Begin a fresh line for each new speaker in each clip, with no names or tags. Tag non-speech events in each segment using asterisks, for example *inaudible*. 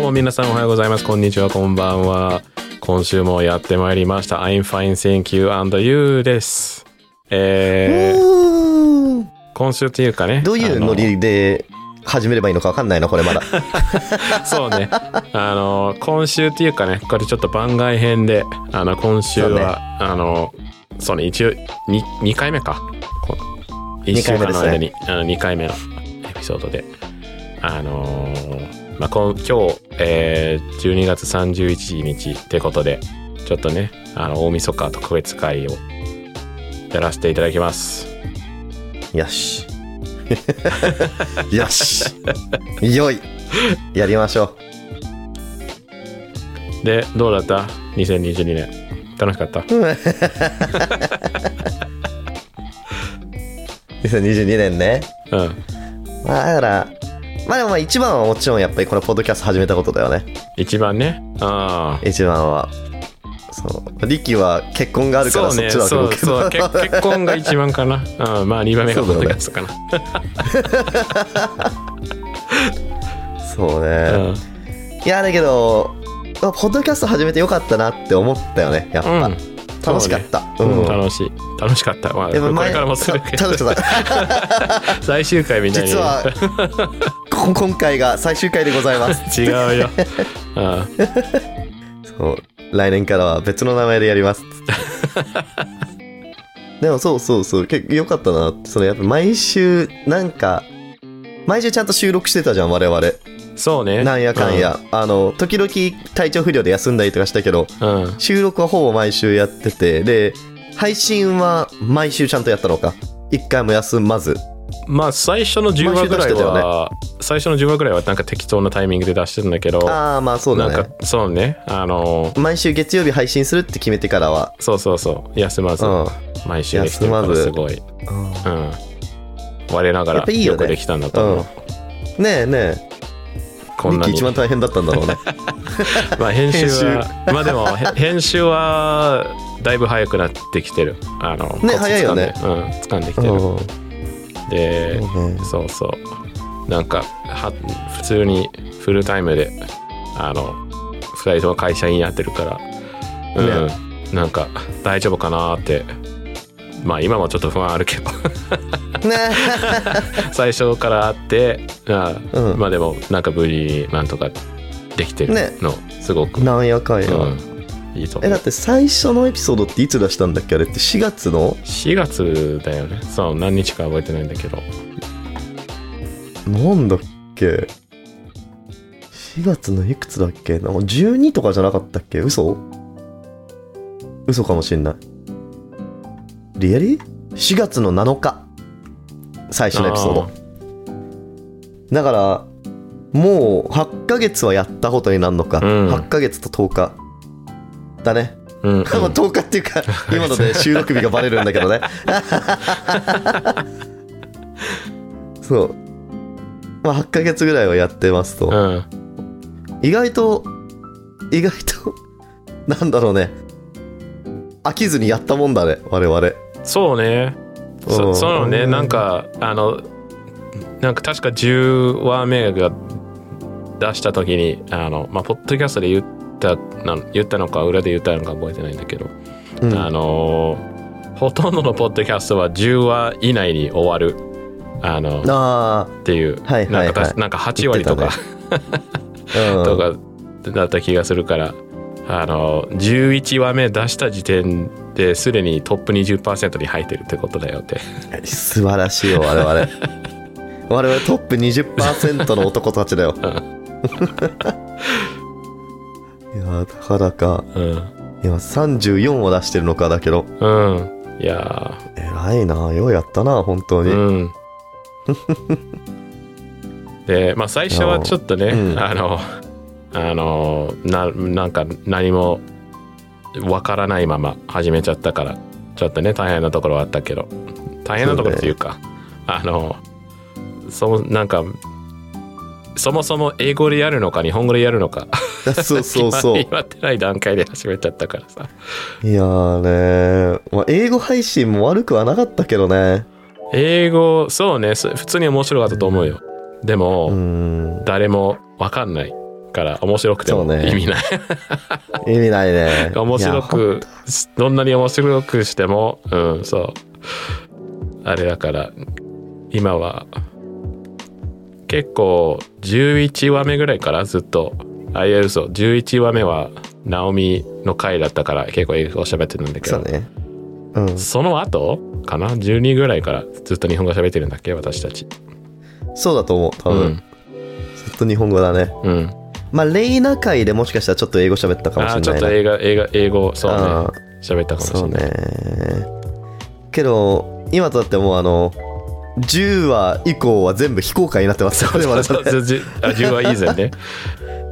も皆さんおはようございます。こんにちは、こんばんは。今週もやってまいりました。I'm fine, thank you and you です。えー、
うーん
今週っていうかね。
どういうノ
あの
リで始めればいいのかわかんないな、これまだ。
そう
*laughs*
ね。あの、今週っていうかね、これちょっと番外編で、あの、今週
そうね
は、あの、そうね、一応、に2回目か。こ1週
回目
間
ですね
の間に、あの2回目のエピソードで。あのーまあ、こん今日、えー12月31日ってことで、ちょっとね、あの、大晦日特別会をやらせていただきます。
よし。 *laughs* よし。よい。やりましょ
で、どうだった ?2022 年。楽しかった
う。2022年ね。
うん。
まあ、だから、まあでもまあ一番はもちろんやっぱりこのポッドキャスト始めたことだよね。
一番ね。ああ。
一番は。そう。リキは結婚があるからそっちだ
そう
ろう
ね、
け
そうそう
ど。
結
*laughs*
結婚が一番かな、うん、まあ2番目が
そう
ポ
だ
ッド
ね
キャストかな
そうね。
うん
いやだけどあポッドキャスト始めてよかったなって思ったよねやっぱ、
うん
楽しかった
う
う,、
ん
ん、
楽しい楽しかった、まあ、こ
でも前
れからもするけど
楽しかった
最終回みたいに
実は *laughs* こ今回が最終回でございます
違うよ、うん、
*laughs* そう来年からは別の名前でやります *laughs* でもそうそうそう結構よかったなってそのやっぱ毎週なんか毎週ちゃんと収録してたじゃん我々
そうね
なんやかんや、あの時々体調不良で休んだりとかしたけど
うん、うん
収録はほぼ毎週やっててで配信は毎週ちゃんとやったのか一回も休まず
まあ最初の10話ぐらい
毎週出してた
は、最初の10話ぐらいはなんか適当なタイミングで出してるんだけど
ああまあそうだ
なん
ね
かそうねあの
毎週月曜日配信するって決めてからは
そうそうそう休まず、
うん
毎週できてるか
休
ら
まず
すごい、
う
うん、我なが
やっぱ
ら
いいよ
よ
ね
くできたんだと思う、
んねえねえ
こん
ミッ
な
キー
に
一番大変だったんだ
*laughs*
ろうね
まあ編集はまあでもへ *laughs* 編集はだいぶ早くなってきてるあのコツ
早いよね
掴んでうん、掴んできてる、
う
で、
んね
そうそうなんかは普通にフルタイムであの2人とも会社員やってるからうん、なんか大丈夫かなーってまあ今もちょっと不安あるけど *laughs*
ね
最初からあってあ、
うん
まあでもなんか無理なんとかできてる
ね
の、すごく、
えなんやかんや、
うん、いいと思
え
う
だって最初のエピソードっていつ出したんだっけあれって4月の
4月だよねそう何日か覚えてないんだけど
なんだっけ4月のいくつだっけなんか12とかじゃなかったっけ嘘嘘かもしんない。リアリ ?4 月の7日。最初のエピソード。だから、もう8ヶ月はやったことになるのか。
うん
8ヶ月と10日。だね。
うんうん、
*laughs* まあ10日っていう
*laughs*
か、今ので収録日がバレるんだけどね。そう。まあ8ヶ月ぐらいはやってますと。
うん
意外と、意外と、なんだろうね。飽きずにやったもんだね、我々。
そうね
う
そ
ん
そのねなんかあのなんか確か10話目が出した時にあの、まあ、ポッドキャストで言ったなん言ったのか裏で言ったのか覚えてないんだけど、
うん
あのーほとんどのポッドキャストは10話以内に終わるあのっ
あ
ていう、
はいはいはい
なんか確かなんか8割とか、
言ってたねあ、うん。
とかだった気がするから、あの11話目出した時点ですでにトップ20%に入ってるってことだよって
素晴らしいよ、我々。我々トップ20%の男たちだよ。いや、たかだか、
うん
今34を出してるのかだけど、
うんいや
偉いな、ようやったな、本当
ー
に。
うんでまあ最初はちょっとね、
うん
あのあのななんか何もわからないまま始めちゃったからちょっとね大変なところはあったけど大変なところっていうかあのそもなんかそもそも英語でやるのか日本語でやるのか
そうそ
*laughs*
うそう。
決まってない段階で始めちゃったからさ
いやーねまあ、英語配信も悪くはなかったけどね。
英語そうねす普通に面白かったと思うよでも、
うん。
誰もわかんないから面白くても
そうね
意味ない、
意味ないね
面白くどんなに面白くしてもうんそうあれだから今は結構11話目ぐらいからずっとあいや嘘11話目はナオミの回だったから結構英語喋ってるんだ
い
け
や
ど
ほんとそうねうん
その後かな12ぐらいからずっと日本語喋ってるんだっけ私たち
そうだと思う多分、ずっと日本語だね
うん、うん、
まあレイナ界でもしかしたらちょっと英語喋ったかもし
あ
れない
ーちょっと
な
英語英語英語そうね
あー
喋ったかもしれな
そう
い、
ねけど今とだってもうあの10話以降は全部非公開になっ
*laughs*
てますよねまだ
そうそうじゅあ10話以前ね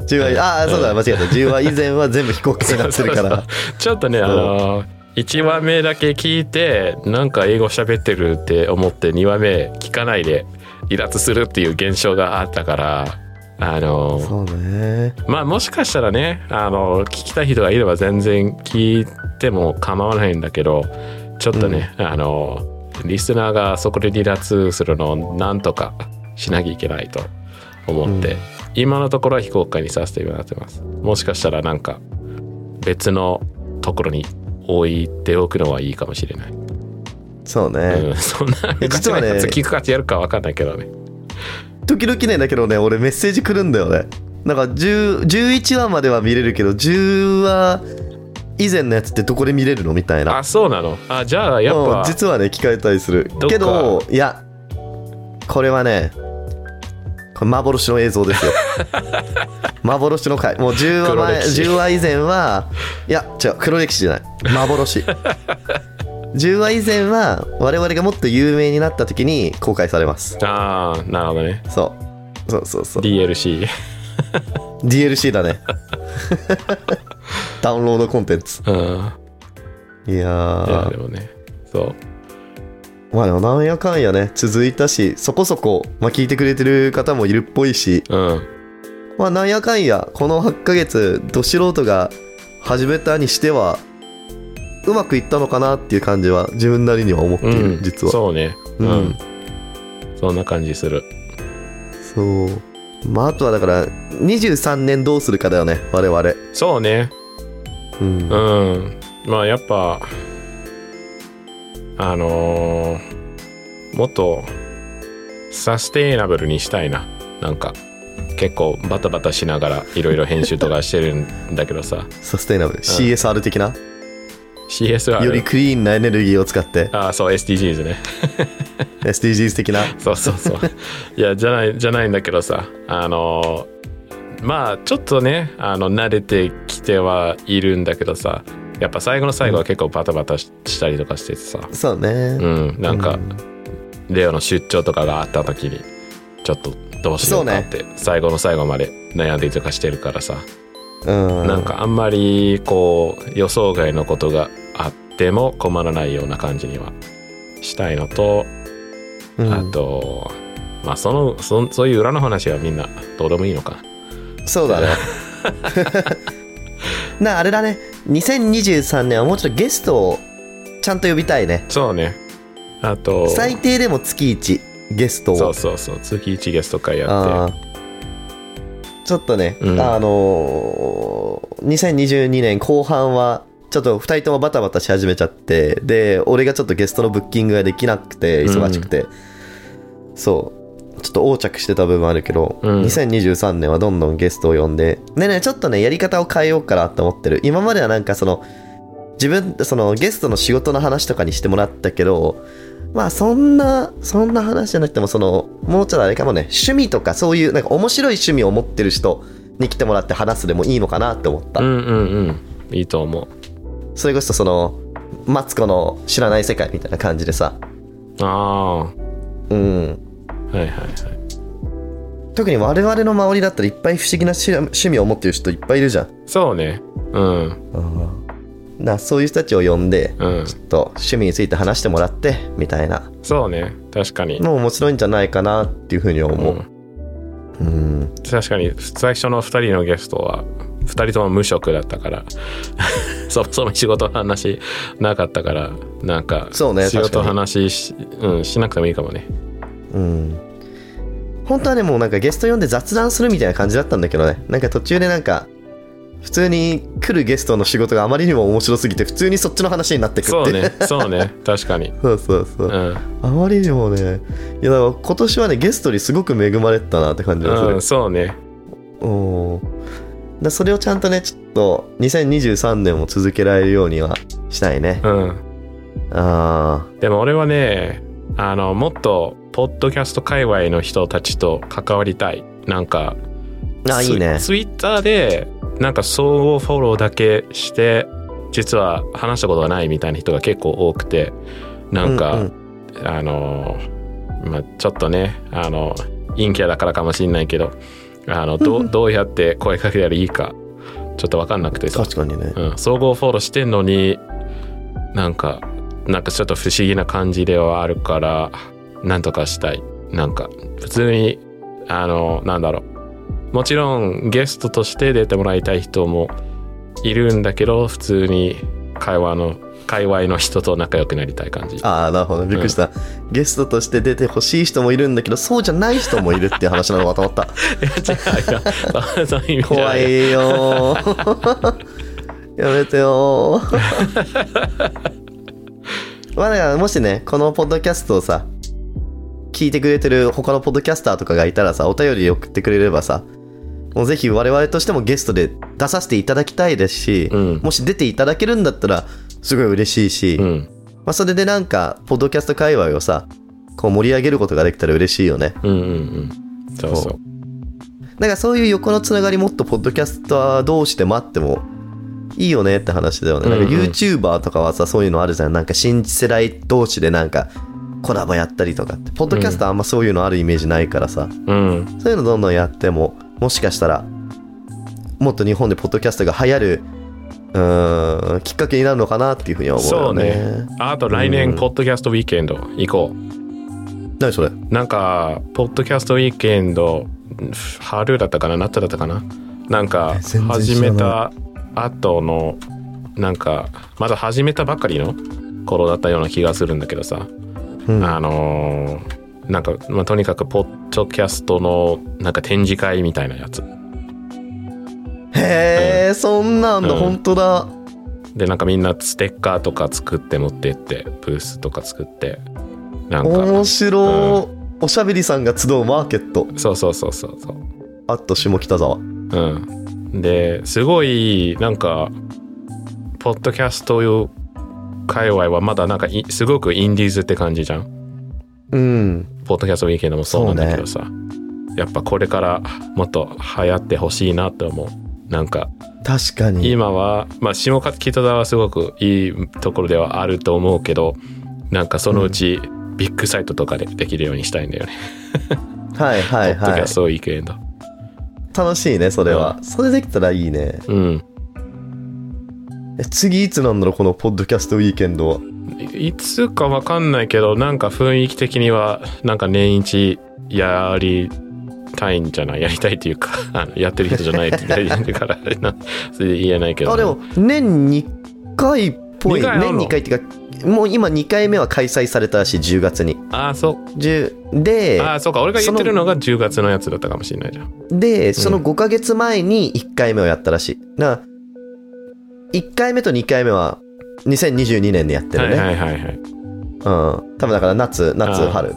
10話ああそうだ間違えた10話以前は全部非公開になってる
*laughs*
か
そうそ
ら
うちょっとねあのー1話目だけ聞いてなんか英語喋ってるって思って2話目聞かないで離脱するっていう現象があったからあのー
そうね
まあもしかしたらねあの聞きたい人がいれば全然聞いても構わないんだけどちょっとね、あのリスナーがそこで離脱するのをなんとかしなきゃいけないと思って、
うん
今のところは非公開にさせてもらってますもしかしたらなんか別のところに置いておくのはいいかもしれない、
そうね、
うん、 *laughs* そんな
え実はね
ガチガチ聞く価値やるかわかんないけどね
時々ねだけどね俺メッセージ来るんだよねなんか10 11話までは見れるけど10話以前のやつってどこで見れるのみたいな
あそうなのあじゃあやっ
うん
ぱ
実はね聞かれたりする
どっか
けどいやこれはねこれ幻の映
*laughs*
像ですよ幻の回もう10話前
黒歴史
10話以前はいや違う黒歴史じゃない
*laughs*
幻10話以前は我々がもっと有名になった時に公開されます
ああなるほどね
そうそうそうそう *laughs*
DLC
DLC だ
*laughs*
ねダウンロードコンテンツ
うん
いや
いや
ー
でもねそう
まあでもなんやかんやね続いたしそこそこ、まあ、聞いてくれてる方もいるっぽいし
うん
まあなんやかんやこの8ヶ月ど素人が始めたにしてはうまくいったのかなっていう感じは自分なりには思っている、
うん
実は
そうね
う
うんん、そんな感じする
そうまああとはだから23年どうするかだよね我々
そうね
うん
うんまあやっぱあのーもっとサステイナブルにしたいななんか結構バタバタしながらいろいろ編集とかしてるんだけど
*laughs*
さ
サステイナブル、CSR 的な
CSR
よりクリーンなエネルギーを使って
ああそう SDGs ね
SDGs 的な
そうそう
*laughs*
そう。いや、じゃない、じゃないんだけどさ、あのー、まあ、ちょっとね、あの、慣れてきてはいるんだけどさ、やっぱ最後の最後は結構バタバタししたりとかしててさ、
そうね、
うん、なん
う
か、
ん
レオの出張とかがあった時に、ちょっとどうしようかって、最後の最後まで悩んでとかしてるからさ、
うん、
なんかあんまり、こう、予想外のことがあっても困らないような感じにはしたいのと、
うん、
あと、まあそのそ、そういう裏の話はみんなどうでもいいのか。
そう
*laughs*
だねなあれだね2023年はもうちょっとゲストをちゃんと呼びたいね
そうね。あと、
最低でも月1ゲストを
そうそうそう、月1ゲスト会や
あ
っ
ーちょっとね、
うん
あのー2022年後半はちょっと2人ともバタバタし始めちゃってで俺がちょっとゲストのブッキングができなくて忙しくて、そうちょっと横着してた部分あるけど、
うん。
2023年はどんどんゲストを呼んでねえねえちょっとねやり方を変えようかなと思ってる今まではなんかその自分そのゲストの仕事の話とかにしてもらったけどまあそんなそんな話じゃなくてもそのもうちょっとあれかもね趣味とかそういうなんか面白い趣味を持ってる人に来てもらって話すでもいいのかなって思ったた、
うんうんうん。いいと思
それこそそのマツコの知らない世界みたいな感じでさ
う。あ
うん
あ、はいはいはい。
特に我々の周りだったらいっぱい不思議な趣趣味を持ってる人いっぱいいるじゃん
そうね。うん
なそういう人たちを呼んで、
うん。
ちょっと趣味について話してもらってみたいな
そうね。確かに。
のも面白いんじゃないかなっていうふうに思
う
うんうん
確かに最初の2人のゲストは2人とも無職だったから *laughs* そもそも仕事の話なかったからなんか
そうね
仕事の
確かに
話し,、うん、しなくてもいいかもね
うん本当はね、もうなんかゲスト呼んで雑談するみたいな感じだったんだけどね。なんか途中でなんか、普通に来るゲストの仕事があまりにも面白すぎて、普通にそっちの話になってくって
そうねそうね確かに
*laughs* そうそう *laughs* そう。
うん、
あまりにもね、いや、だから今年はね、ゲストにすごく恵まれてたなって感じがする
うん、。そうね
おだそれをちゃんとねちょっと2023年も続けられるようにはしたいね、
うん
あ
でも俺はねあのもっとポッドキャスト界隈の人たちと関わりたいなんか
ーあ
ツ
いいね
ツイッターでなんか総合フォローだけして実は話したことがないみたいな人が結構多くてなんか、
う
あのまあちょっとねあの陰キャだからかもしれないけどあのど
*laughs*
うどうやって声かけたらいいかちょっと分かんなくてさ
確かにね
うん、総合フォローしてんのになんかなんかちょっと不思議な感じではあるからなんとかしたいなんか普通にあのなんだろうもちろんゲストとして出てもらいたい人もいるんだけど普通に会話の界隈の人と仲良くなりたい感じ *laughs*
ああなるほどびっくりした、ゲストとして出てほしい人もいるんだけどそうじゃない人もいるっていう話なのまとまった
いや違うよそう *laughs* そういう意味じゃな
怖いよ
*laughs*
ーやめてよーまあだからもしねこのポッドキャストをさ聞いてくれてる他のポッドキャスターとかがいたらさお便り送ってくれればさもうぜひ我々としてもゲストで出させていただきたいですし、
うん
もし出ていただけるんだったらすごい嬉しいし、
う
ま
ん
あ、それでなんかポッドキャスト界隈をさこう盛り上げることができたら嬉しいよね
うんうんうんそうそう
なんかそういう横のつながりもっとポッドキャスター同士で待ってもいいよねって話だよね。なんか
うんうん
YouTuber とかはさ、そういうのあるじゃん。なんか新世代同士でなんかコラボやったりとかって。ポッドキャスターあんまそういうのあるイメージないからさ、
うん
そういうのどんどんやっても、もしかしたら、もっと日本でポッドキャストが流行る、うーん、きっかけになるのかなっていうふうには思う
そう
よね。
ねあと来年ポッドキャストウィーケンド行こう
何それ
なんか、ポッドキャストウィーケンド、春だったかな、夏だったかな。なんか
え、全然
始
知
め
らない
た後の、なんか、まだ始めたばかりの頃だったような気がするんだけどさ。
うん。
あのーなんか、まあ、とにかく、ポッドキャストの、なんか展示会みたいなやつ。
へえ、そんなんだ、
うん
本当だ。
で、なんかみんなステッカーとか作って持ってって、ブースとか作って、なんか、
面白、おしゃべりさんが集うマーケット。
そうそうそうそうそう。
あと下北沢。
うん、ですごいなんかポッドキャスト界隈はまだなんかいすごくインディーズって感じじゃん
うん。
ポッドキャストウィーケンドもそうなんだけどさ、やっぱこれからもっと流行ってほしいなって思うなんか
確かに。
今は、まあ、下北沢はすごくいいところではあると思うけどなんかそのうちビッグサイトとかでできるようにしたいんだよね、
はいはい
ポッド
は
キ
い
ャ。ストウィーケンド
楽しいね、それは。それできたらいいね。
うん
え次いつなんだろう、このポッドキャストウィーケンドは。
いつかわかんないけど、なんか雰囲気的には、なんか年一やりたいんじゃないやりたいっていうか、 *laughs* あのやってる人じゃないって言ってるから、 *laughs* なそれで言えないけど、
あ、でも、年2回っぽい。
二回あるの
年2回っていうか、もう今2回目は開催されたらしい、10月に。
あー、そう。
10で、
あー、そうか。俺が言ってるのが10月のやつだったかもしれないじゃん。
で、その5ヶ月前に1回目をやったらしい。だから、1回目と2回目は、2022年でやって
は
る
い
ね。
はいはいはい。
うん。多分だから夏、
あ
夏、
ー
春。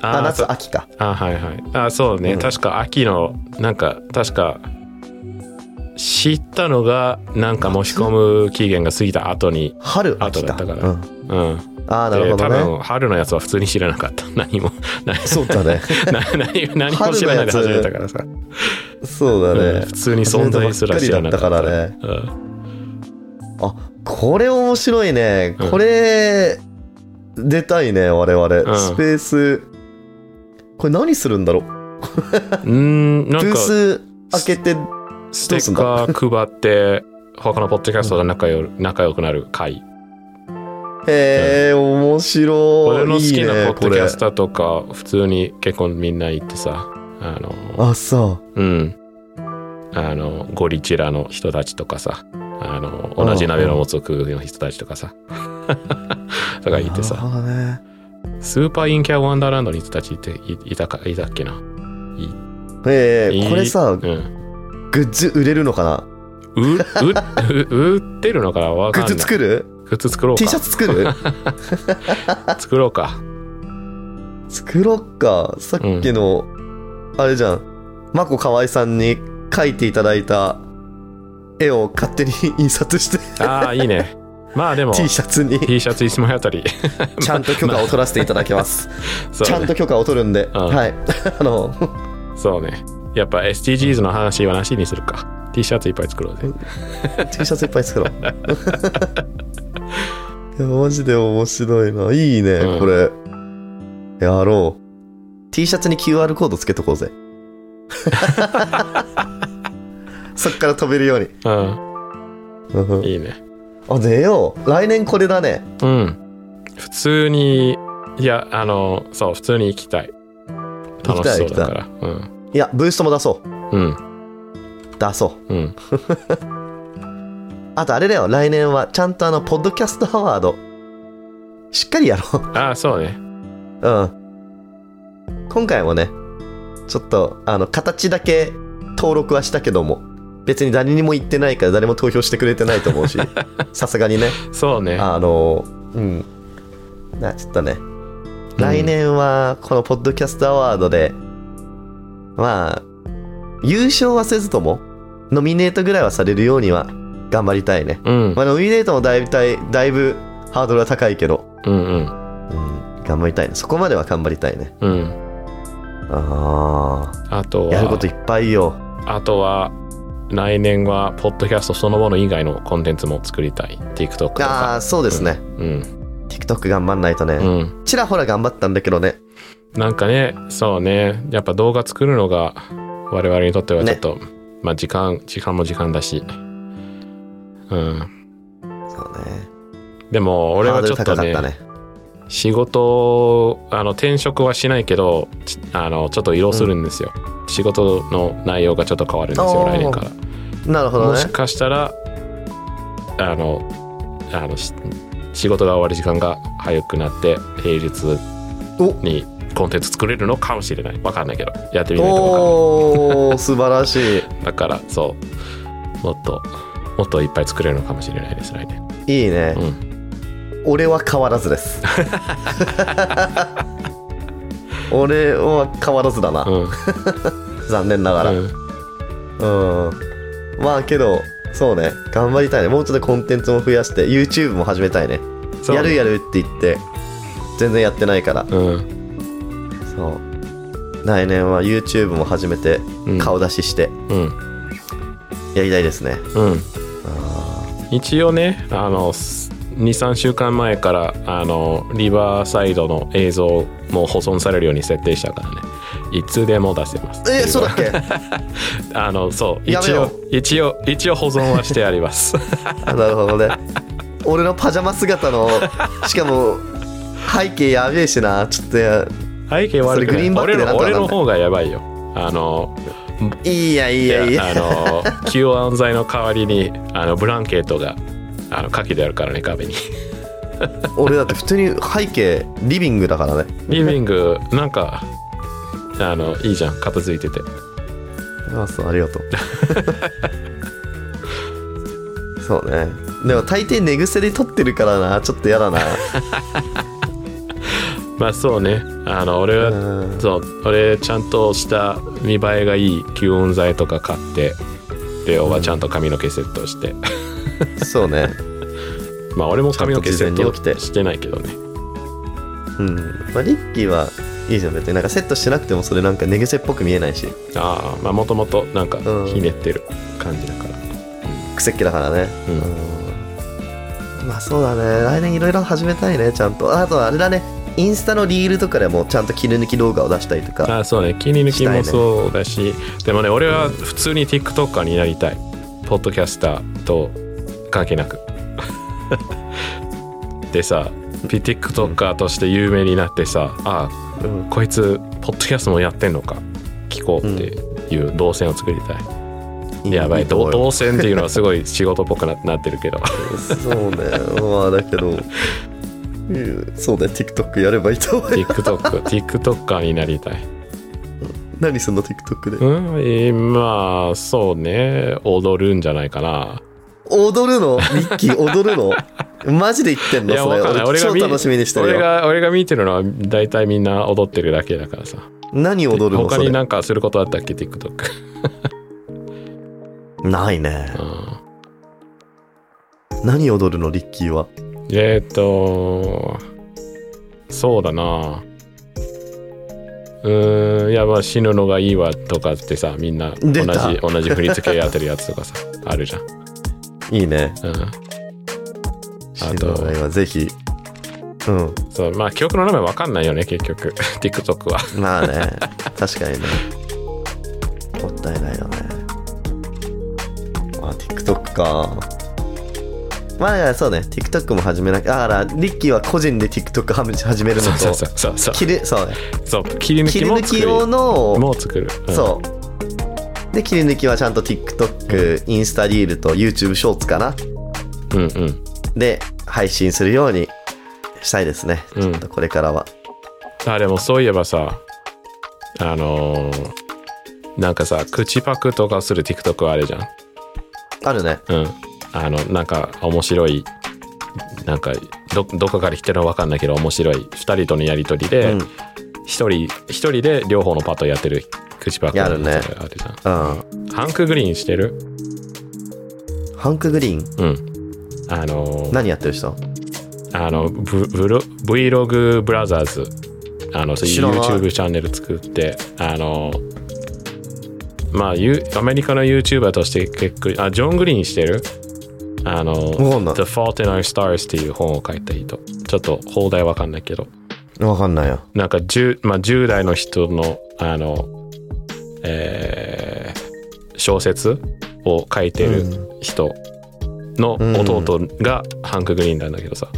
あ
あ、
ーそう
夏、秋か。
あーはいはい。あーそうね。
うん
確か秋の、なんか、確か、知ったのが、なんか申し込む期限が過ぎた後に、
春、秋
後だ
か。
ったから
うん。
うん。
ああ、なる
で
ほど
多
ね。
分春のやつは普通に知らなかった *laughs* 何も何
*laughs* そう
*laughs*
だね。
な何何も知らないで始めたからさ、
そうだ
うん
ね
普。通に存在すら知らなかった
*laughs* 初めてばっかり
うん
あ、これ面白いね
うん。
これ、出たいね、我
う
々。
ん
スペース、これ何するんだろう。
うんな
ブ
ん
ー
か
ス開けて、
ステッカー配って他のポッドキャストと仲よ仲良くなる会
へえ、面白
俺
い。
の好き
いい
な
ね
ポッ
こ
ドキ
れ
ャスターとか普通に結構みんな行ってさあの
あ、そ
うんあのゴリチラの人たちとかさあの同じ鍋の持つ食うの人たちとかさ *laughs* と
う。
かいて
な
さ
るほどね。
スーパーインキャーワンダーランドの人たちっていいたかいたっけな
え
い
ー、
い
これさ、
うん
グッズ売れるのかな
ううう売ってるのかなわ
グ
かん
ッ
ない
ズ作る
グッズ作ろうか
T シャツ作
*laughs*
る
作ろうか
作ろっかさっきの、あれじゃんまこかわいさんに描いていただいた絵を勝手に *laughs* 印刷して
ああいいねまあでも
T シャツに
T シャツ1枚あたり
ちゃんと許可を取らせていただきます、
そう
ちゃんと許可を取るんで、
うん
はい *laughs* あの
そうね。やっぱ SDGs の話はなしにするか。T シャツいっぱい作ろうぜ。
T シャツいっぱい作ろう *laughs* いやマジで面白いないいね、
うん
これやろう T シャツに QR コードつけとこ
*laughs*
うぜそっから飛べるように
う
うんうん
ん。いいね。
あ出よう来年これだね
うん。普通に、いや、あの、そう、普通に行きたい。
きたい
楽しそうだから。うん。
いやブーストも出そう
うん。
出そう
うん。
あとあれだよ来年はちゃんとあのポッドキャストアワードしっかりやろう
ああ、そうね。
うん今回もねちょっとあの形だけ登録はしたけども別に誰にも言ってないから誰も投票してくれてないと思
*laughs*
うしさすがにね
そうね。
あのうんなちょっとね
うん
来。年はこのポッドキャストアワードで、まあ優勝はせずともノミネートぐらいはされるようには頑張りたいね、
うん。
まあ、ノミネートもだいたいだいぶハードルは高いけど、
うんうん。
うん、頑張りたいねそこまでは頑張りたいね
うん。
あ
あと
あやることい
は、
っぱいよ
あとは、来年は、ポッドキャストそのもの以外のコンテンツも作りたい。TikTok と
あ
か。
あそうですね、
うん。
TikTok 頑張んないとね、
うん。
ちらほら頑張ったんだけどね
なんかねそうねやっぱ動画作るのが我々にとってはちょっと、まあ時間時間も時間だしうん
そうね
でも俺はちょっと
ハードル
ね
高かったね
仕事あの転職はしないけどちあのちょっと移動するんですよ、仕事の内容がちょっと変わるんですよ
おー
来年から、
なるほど
も
ね
しかしたらあのあのし仕事が終わる時間が早くなって平日
お
にコンテンツ作れるのかもしれないわかんないけどやってみないと分かんない
お *laughs* ー素晴らしい
だからそうもっともっといっぱい作れるのかもしれないです来年
いいね、
うん
俺は変わらずです俺は変わらずだな、
うん
残念ながらうん、
う
まあけどそうね頑張りたいねもうちょっとコンテンツも増やして YouTube も始めたいね
んそう
やるやるって言って全然やってないから
うん
そう来年は YouTube も始めて
うん
顔出しして
うん
やりたいですね、
うん
あ
一応ねあの23週間前からあのリバーサイドの映像も保存されるように設定したからねいつでも出せます
ーえそうだっけ
あのそう
やめ
一
よ
応一応一応保存はしてあります
*laughs* あ *laughs* なるほどね俺のパジャマ姿のしかも背景やべえしなちょっとや
背景悪く
それグ
な
リ
い
ーンバック
俺
でな
の
んとか
俺
なんない
の方がやばいよあの
いいやいいやいいや
あの吸音材の代わりにあのブランケットがあのかけてあるからね壁に
俺だって普通に背景リビングだからね
リビングなんかあのいいじゃん片付いてて
あそうありがと *laughs* うそうねでも大抵寝癖で撮ってるからなちょっとやだな
まあそうねあの俺
う
は
ん
そう俺ちゃんとした見栄えがいい吸音材とか買ってレオはちゃんと髪の毛セットして、 *laughs*
そうね
まあ俺も髪の毛セッ
ちゃ
ト
んと事前に起きて
してないけどね
うん、まあ、リッキーはいいじゃん別になんかセットしてなくてもそれなんか寝癖っぽく見えないし
ああまあもともとなんか
うん
ひねってる感じだから
癖っ気だからね
うん
まあそうだね来年いろいろ始めたいねちゃんとあとあれだねインスタのリールとかでもちゃんと切り抜き動画を出したりとか
あそうね切り抜き
したいね
もそうだしでもね俺は普通に TikToker になりたいポッドキャスターと関係な
*laughs*
くでさ TikToker として有名になってさ、あ
うん
こいつポッドキャストもやってんのか聞こうっていう動線を作りたい、やばい
と思
動
うよ
動線っていうのはすごい仕事っぽくななってる
*laughs*
けど
そうねまあだけどうんそうね *laughs* TikTok やればいいと思う
TikTokTikToker になりたい
何すんの TikTok で
うん、今、そうね、踊るんじゃないかな。
踊るのミッキー踊るのマジで言ってん
い
の
や、
そ
わ
れ
かんない。俺が
超
見
楽しみにしてる
俺
よ
が、俺が見てるのは、大体みんな踊ってるだけだからさ。
何踊るの
他
そ
に
れ
なんかすることあったっけ、TikTok。
ないね
うん何
何踊るのリッキーは
えーっと、そうだな。うーん、いや、まあ、死ぬのがいいわとかってさ、みんな同じ
出た、
同じ振り付けやってるやつとかさ、 *laughs* あるじゃん。
いいね
うん。あと
死ぬのがいいわぜひうん
そう、まあ、記憶の名前わかんないよね、結局。TikTok *laughs* は。
まあね
*laughs*
確かにねもったいないよねまあ TikTok かまあいやそうね TikTok も始めなきゃだからリッキーは個人で TikTok はめ始めるの
そうそう
と
そうそうそう。
切りそうね
そう、切り抜
切
き
り
も
抜
作
き
る。
用の
もう作る。うん
そうで切り抜きはちゃんと TikTok インスタリールと YouTube ショーツかな
うんうん。
で配信するようにしたいですね、
うん
ちょっとこれからは
あ、でもそういえばさ、あのーなんかさ、口パクとかする TikTok あるじゃん。
あるね
うん。あの、なんか面白い、なんかど、どこから来てるのかわかんないけど面白い、2人とのやりとりで
うん、
一、人、一人で両方のパートやってる口パクのやつがあるじゃん。
うん
ハンクグリーンしてる
ハンク・グリーン
うん。あのー
何やってる人
あの、ブブロ Vlog ブラザーズ、あの、そうい
知
う
らない
YouTube チャンネル作って、あの、まあ、ゆアメリカの YouTuber として結構、あ、ジョン・グリーンしてるあの、
わかんない
The Fault in Our Stars っていう本を書いた人。ちょっと、放題わかんないけど、
わかんないよ
なんか 10,、まあ、10代の人の、あの、えー小説を書いてる人の弟がハンク・グリーンなんだけどさ、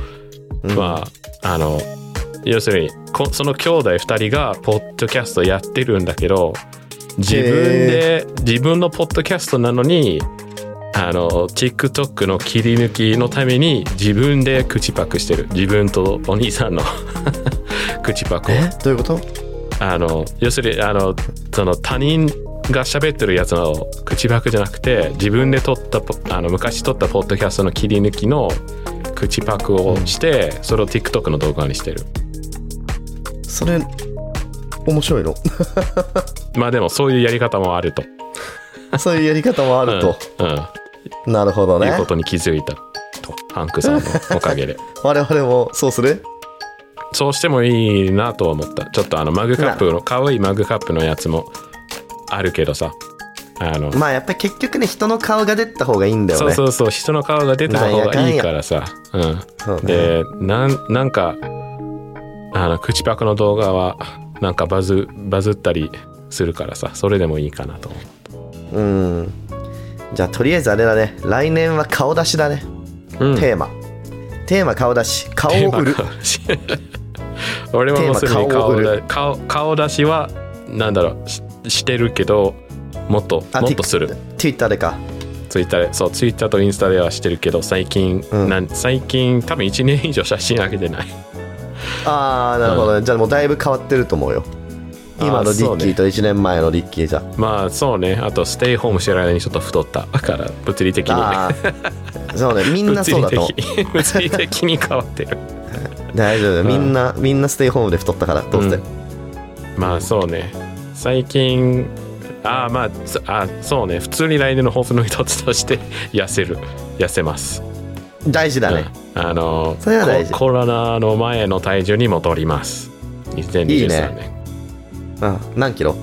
うん
まああの要するにこその兄弟2人がポッドキャストやってるんだけど自分で自分のポッドキャストなのにあの TikTok の切り抜きのために自分で口パクしてる自分とお兄さんの *laughs* 口パクを
えどういうこと
あの要するにあのその他人が喋ってるやつの口パクじゃなくて自分で撮ったポあの昔撮ったポッドキャストの切り抜きの口パクをして、それを TikTok の動画にしてる
それ面白
*laughs*
いの
まあでもそういうやり方もあると
そういうやり方もあると、
うん、うん
なるほどね
いうことに気づいたとハンクさんのおかげ
*laughs*
で
我々もそうする
そうしてもいいなとは思ったちょっとあのマグカップの可愛いマグカップのやつもあるけどさあの、
まあやっぱり結局ね人の顔が出た方がいいんだよ
そう
ね
そうそう人の顔が出てた方がいいからさうん
そうね
で、なんなんかあの口パクの動画はなんかバズバズったりするからさそれでもいいかなと思
うんじゃあとりあえずあれだね来年は顔出しだね、
う、うん、
テーマテーマ顔出し顔を売る
テーマ顔出し *laughs* 俺はもうすでに
テーマ顔
顔
を売る
だ顔顔出しはなんだろうししてるけどもっともっとする
Twitter でか
ツイッターでそうツイッターとインスタではしてるけど最近、
うん
なん最近多分1年以上写真上げてない
ああなるほどね、じゃあもうだいぶ変わってると思うよ今
あ
の
ー
リッキーと1年前のリッキーじゃ
まあそうねあとステイホームしてる間にちょっと太ったから物理的にね
ああー *laughs* そうねみんなそう
*laughs*
だと思
物理
*laughs*
的に物理的に変わってる
う大丈夫だよみんな、みんなステイホームで太ったからどうせ、
うん *laughs* まあそうね最近ああまあそあそうね普通に来年の抱負の一つとして *laughs* 痩せる痩せます、
大事だね、
うんあの
それは大事
ココロナの前の体重に戻ります2023年
いいねうん何キロ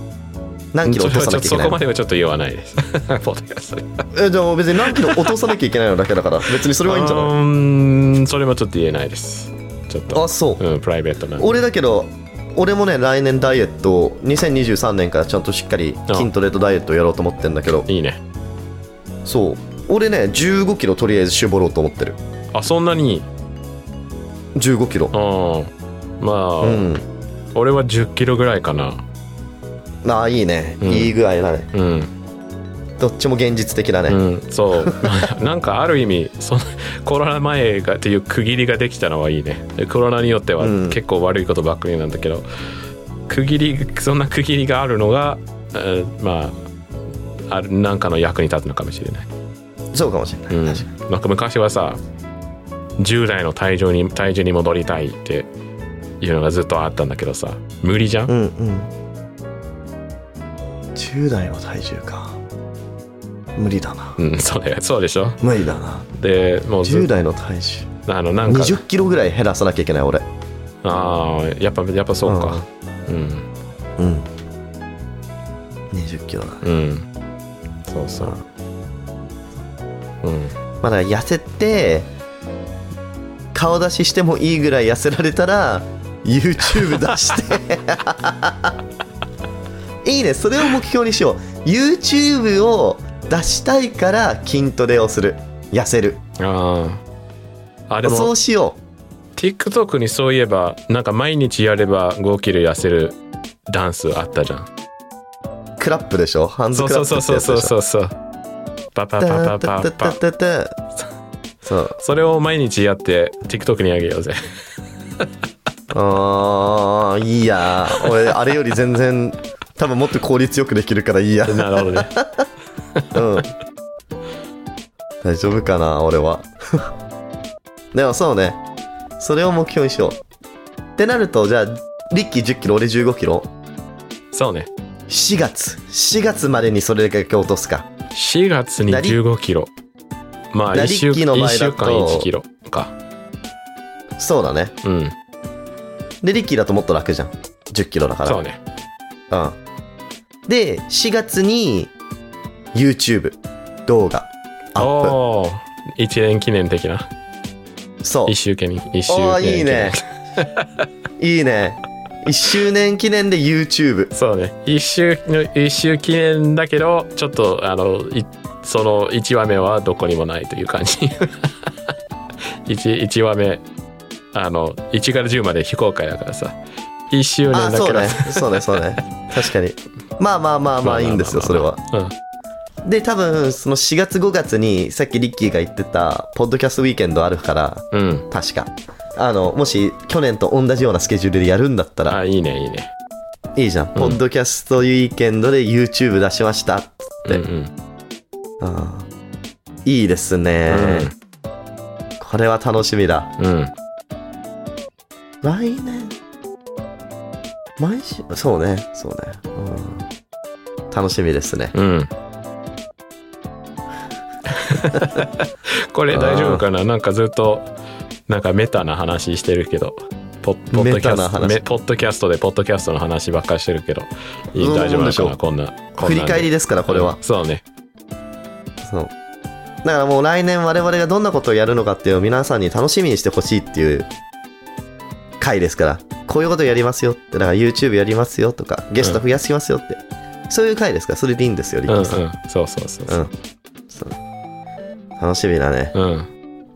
何キロ
そ
落
れ
と
は
さ
ちょっとそ
なきゃいけ
こ
ないの
まではちょっと言わないです *laughs* ポッドキャストで
えじゃあもう別に何キロ落とさなきゃいけないのだけ
*laughs*
だから別にそれはいいんじゃ
う
ない
ーんそれもちょっと言えないですちょっと
あそう、
うんプライベートなんで
俺だけど俺もね来年ダイエットを2023年からちゃんとしっかり筋トレとダイエットをやろうと思ってんだけど
いいね
そう俺ね1 5キロとりあえず絞ろうと思ってる
あそんなに
1 5キロ
うんまあ、
うん
俺は1 0キロぐらいかな
ああいいね、
うん
いい具合だね
うん
どっちも現実的だね、
うん、そう *laughs* なんかある意味そのコロナ前がっていう区切りができたのはいいねコロナによっては
うん
結構悪いことばっかりなんだけど、区切りそんな区切りがあるのが、えーまああるなんかの役に立つのかもしれない、
そうかもしれない、
うん
確かに
なんか昔はさ従来の体重に体重に戻りたいっていうのがずっとあったんだけどさ無理じゃん、
うんうん10代の体重か無理だな
うん、そうだよそうでしょ
無理だな
でもうずっ
10代の体重
あのなん
2
か
0キロぐらい減らさなきゃいけない俺
ああやっぱやっぱそうかうん
うん2 0キロだ
うん
そうそう
うん
まあだから痩せて顔出ししてもいいぐらい痩せられ
*laughs*
たら YouTube 出して *laughs* いいねそれを目標にしよう YouTube を出したいから筋トレをする痩せる
あああで
そ
も
うしよ
TikTok にそういえばなんか毎日やれば5キロ痩せるダンスあったじゃん
うクラップでしょハンズ
そう
クラ
そ
ッ
う
プ
そう
って
そうそうそ
やつでしょ
うそうパパ
タ
パパパ
タタ
パ
タタタそう
それを毎日やって TikTok にあげようぜ
あーいいや俺あれより全然多分もっと効率よくできるからいいや
なるほどね
うん。大丈夫かな、俺は。 *laughs* でもそうね。それを目標にしよう。ってなると、じゃあ、リッキー10キロ、俺15キロ。
そうね
4月。4月までにそれだけ落とすか。
4月に
ダリ
1 5キロまあ
ダ
1
リ
週
ッキーの
一
前
週
だ
間
と
1キロか
そうだね。
うん
で、リッキーだともっと楽じゃん。10キロだから。
そうね
うん。で、4月に、YouTube 動画アッ
おお1年記念的な
プ。そう
1。週間に1週
おー
間
いいね。
*laughs*
いいね。1周年記念で YouTube。
そうね一周の一周記念だけどちょっとあのいその1話目はどこにもないという感じ *laughs* 1, 一話目あの1から10まで非公開だからさ1周年だ
あ
け
そ
ど
うねそうね *laughs* そうね確かにまあまあまあまあいいんですよそれは
うん
で多分その4月5月にさっきリッキーが言ってたポッドキャストウィーケンドあるから
うん
確かあのもし去年と同じようなスケジュールでやるんだったら
あいいねいいね
いいじゃん、ポッドキャストウィーケンドで YouTube 出しましたっつって、
うんうん
あーいいですね、これは楽しみだ
うんうん
来年毎週そうねそうね、うん、楽しみですね
うんこれ大丈夫かななんかずっとなんかメタな話してるけどポッポッドキャ
メタな
スト
話
めポッドキャストでポッドキャストの話ばっかりしてるけどいい
うん
大丈夫
なん
な
でしょ
の
う
かなこんなこ
振
ん
り
なんで
返りですからこれは、
うんそうね
そうだからもう来年我々がどんなことをやるのかっていうのを皆さんに楽しみにしてほしいっていう回ですからこういうことやりますよってだから YouTube やりますよとかゲスト増やしますよって、そういう回ですからそれでいいんですよリ
うんう
ッ
ん
キーさん、
そうそうそうそう
そう楽しみだね
うん、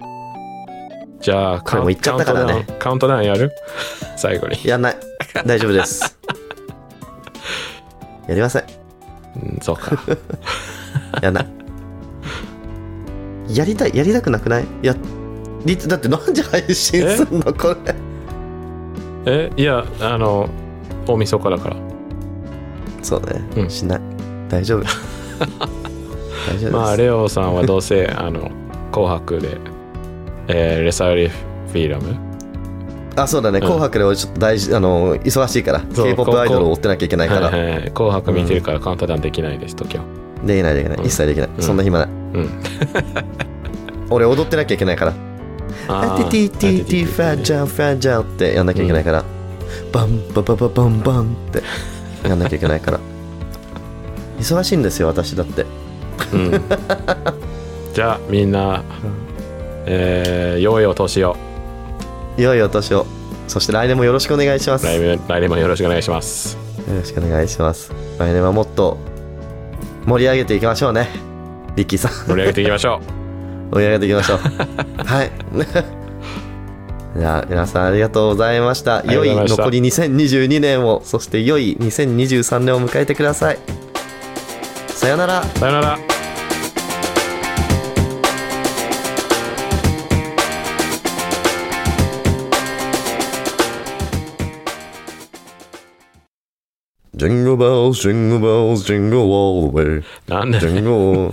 じゃあ
これも言っちゃったからね
カウントダウンカウントダウンやる最後に
やんない大丈夫です *laughs* やりません
うんそう
*laughs*
か
やんないやりたいやりたくなくないやりだって何時配信すんのこれ
えいやあの大晦日だから
そうね、
うん
しない
*laughs*
大丈夫大丈夫です、
まあレオさんはどう
*laughs*
せあの紅白で、えーレサーリフィーラム
あそうだね「
うん
紅白」で俺ちょっと大事あの忙しいから
そう
k p o p
こう
アイドルを追ってなきゃいけないから、
はいはいはい紅白見てるからカウントダウンできないです時は
できないできない、
うん
一切できない、
うん
そんな暇ない
うん
俺踊ってなきゃいけないから「
あー
あティティティティファジャンファジャン」ってやんなきゃいけないから、バンババババンバンってやんなきゃいけな
*laughs*
いから忙しいんですよ私だって
うんじゃあみんな、えー、良いお年を
いよいよ年をそして来年もよろしくお願いします
来
よ
年来年もよろしくお願いします
ろしくお願いします来年はもっと盛り上げていきましょうねリッキーさん *laughs*
盛り上げていきましょ
盛り上げていき
*laughs*
ましょうはい *laughs* じゃあ皆さんありがとうございました
りがと
良
うござ
い
いました
残り2022年をそして良い2023年を迎えてくださいさよなら
うさよなら
Jingle *laughs* bells, jingle bells, jingle all the way.
なんで
Jingle.